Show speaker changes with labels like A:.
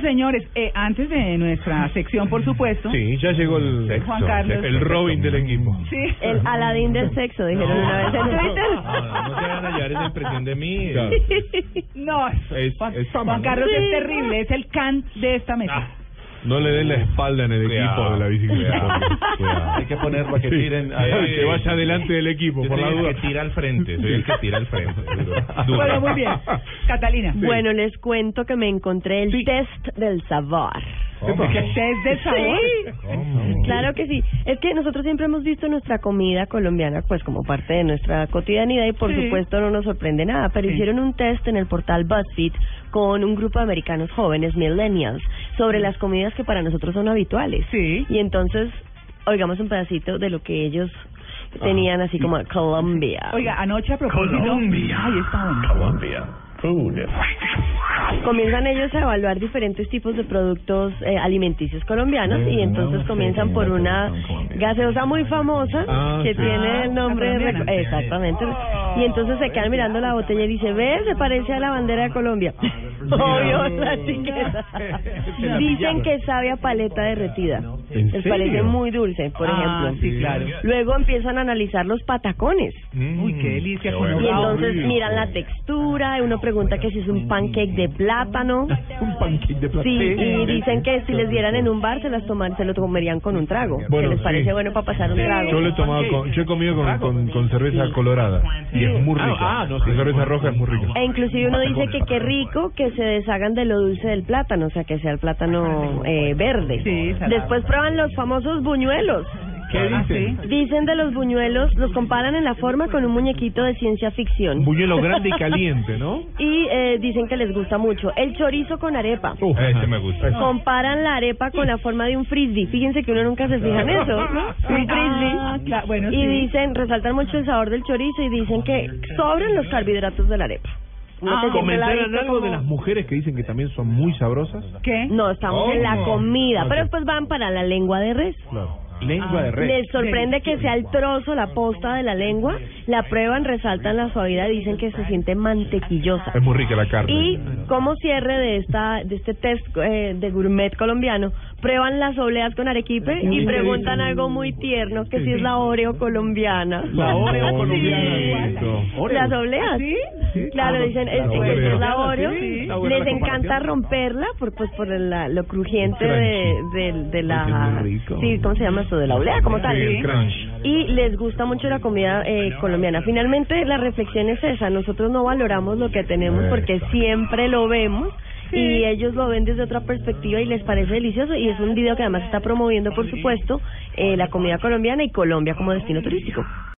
A: Señores, eh, antes de nuestra sección, por supuesto.
B: Sí, ya llegó el
A: Juan Carlos.
B: el Robin del equipo.
A: Sí.
C: El Aladín del sexo, dijeron una vez en
B: No,
C: Twitter.
B: no, no te van a llevar esa impresión de mí.
A: No,
B: Es-
A: Juan,
B: es fama,
A: Juan
B: ¿no?
A: Carlos es
C: Sí.
A: terrible, es el can de esta mesa.
B: No le den la espalda en el equipo
D: Cuidado,
B: de la bicicleta.
D: cuidado, cuidado. Hay que ponerlo a que tiren. a-
B: Eh, que vaya adelante del equipo,
D: Yo
B: por
D: soy
B: la
D: el
B: duda.
D: que tira al frente, soy el que tira al frente. duro, duro.
A: Bueno, muy bien. Catalina.
C: Bueno, les cuento que me encontré el
B: Sí.
C: test del sabor.
B: ¿Cómo?
A: Desde el sabor.
B: ¿Cómo?
C: Claro que sí. Es que nosotros siempre hemos visto nuestra comida colombiana pues como parte de nuestra cotidianidad y por
A: Sí.
C: supuesto no nos sorprende nada, pero
A: Sí.
C: hicieron un test en el portal BuzzFeed con un grupo de americanos jóvenes, millennials, sobre las comidas que para nosotros son habituales.
A: Sí.
C: Y entonces, oigamos un pedacito de lo que ellos
A: Ah,
C: tenían así como Colombia.
A: Oiga, anoche a propósito.
D: Colombia.
A: Ahí está. bueno.
D: Colombia. Food.
C: Comienzan ellos a evaluar diferentes tipos de productos eh, alimenticios colombianos y entonces comienzan por una gaseosa muy famosa
B: Ah,
C: que
B: sí.
C: tiene el nombre de-
A: colombiana.
C: exactamente y entonces se quedan mirando la botella y dice ve se parece a la bandera de Colombia
B: Ah,
C: obvio la etiqueta dicen que sabe a paleta derretida
B: ¿En
C: les parece
B: serio?
C: muy dulce por
A: Ah,
C: ejemplo
A: sí, claro.
C: luego empiezan a analizar los patacones
A: Uy, qué delicia.
D: Qué
A: con
D: bueno.
C: y
B: Ah,
A: olor a
C: entonces
A: olivo.
C: miran la textura, y uno pregunta que si es un pancake de plátano.
B: Un pancake de
C: Sí,
B: plátano.
C: y dicen que si les dieran en un bar se las tomar, se lo comerían con un trago.
B: Bueno,
C: que les parece
B: sí.
C: bueno para pasar un trago.
B: Yo lo he tomado con, yo he comido con, con, con cerveza colorada y es muy rico.
D: Ah, ah, no, sí.
B: La cerveza roja es muy rica.
C: E inclusive uno dice que qué rico que se deshagan de lo dulce del plátano, o sea, que sea el plátano eh, verde.
A: Sí, salado.
C: Después prueban los famosos buñuelos.
B: ¿Qué
A: Ah,
B: dicen?
A: sí.
C: Dicen de los buñuelos, los comparan en la forma con un muñequito de ciencia ficción.
B: Un buñuelo grande y caliente, ¿no?
C: Y eh, dicen que les gusta mucho. El chorizo con arepa.
B: Uh,
D: Ese me gusta.
C: Ah, comparan la arepa con la forma de un frisbee. Fíjense que uno nunca se fija en eso. Un
A: Ah,
C: frisbee.
A: claro, bueno,
C: Y
A: sí.
C: dicen, resaltan mucho el sabor del chorizo y dicen que sobran los carbohidratos de la arepa. Uno que siempre la ha
B: ¿Comentaron
C: visto
B: algo
C: como-
B: de las mujeres que dicen que también son muy sabrosas?
A: ¿Qué?
C: No, estamos en la
B: ¿Cómo?
C: comida,
B: No,
C: pero
B: sí.
C: después van para la lengua de res.
B: Lengua de res.
C: Ah, Les sorprende que sea el trozo, la posta de la lengua, la prueban, resaltan la suavidad, dicen que se siente mantequillosa.
B: Es muy rica la carne.
C: Y como cierre de esta de este test eh, de gourmet colombiano, prueban las obleas con arequipe y preguntan algo muy tierno, que si es la Oreo colombiana.
B: La Oreo colombiana.
C: Sí.
B: listo.
C: Las
B: Ah,
C: obleas. Claro, dicen este,
B: la
C: que es la
B: Oreo.
C: Oreo.
B: Sí, está buena
C: Les
B: la
C: encanta
B: comparación.
C: romperla por pues por la- lo crujiente de, de, de
B: Es
C: la
B: muy rico.
C: sí, ¿cómo se llama eso? De la oblea como tal.
B: Sí, el
C: Sí.
B: crunch.
C: Y les gusta mucho la comida eh, colombiana. Finalmente, la reflexión es esa. Nosotros no valoramos lo que tenemos porque siempre lo vemos y ellos lo ven desde otra perspectiva y les parece delicioso. Y es un video que además está promoviendo, por supuesto, eh, la comida colombiana y Colombia como destino turístico.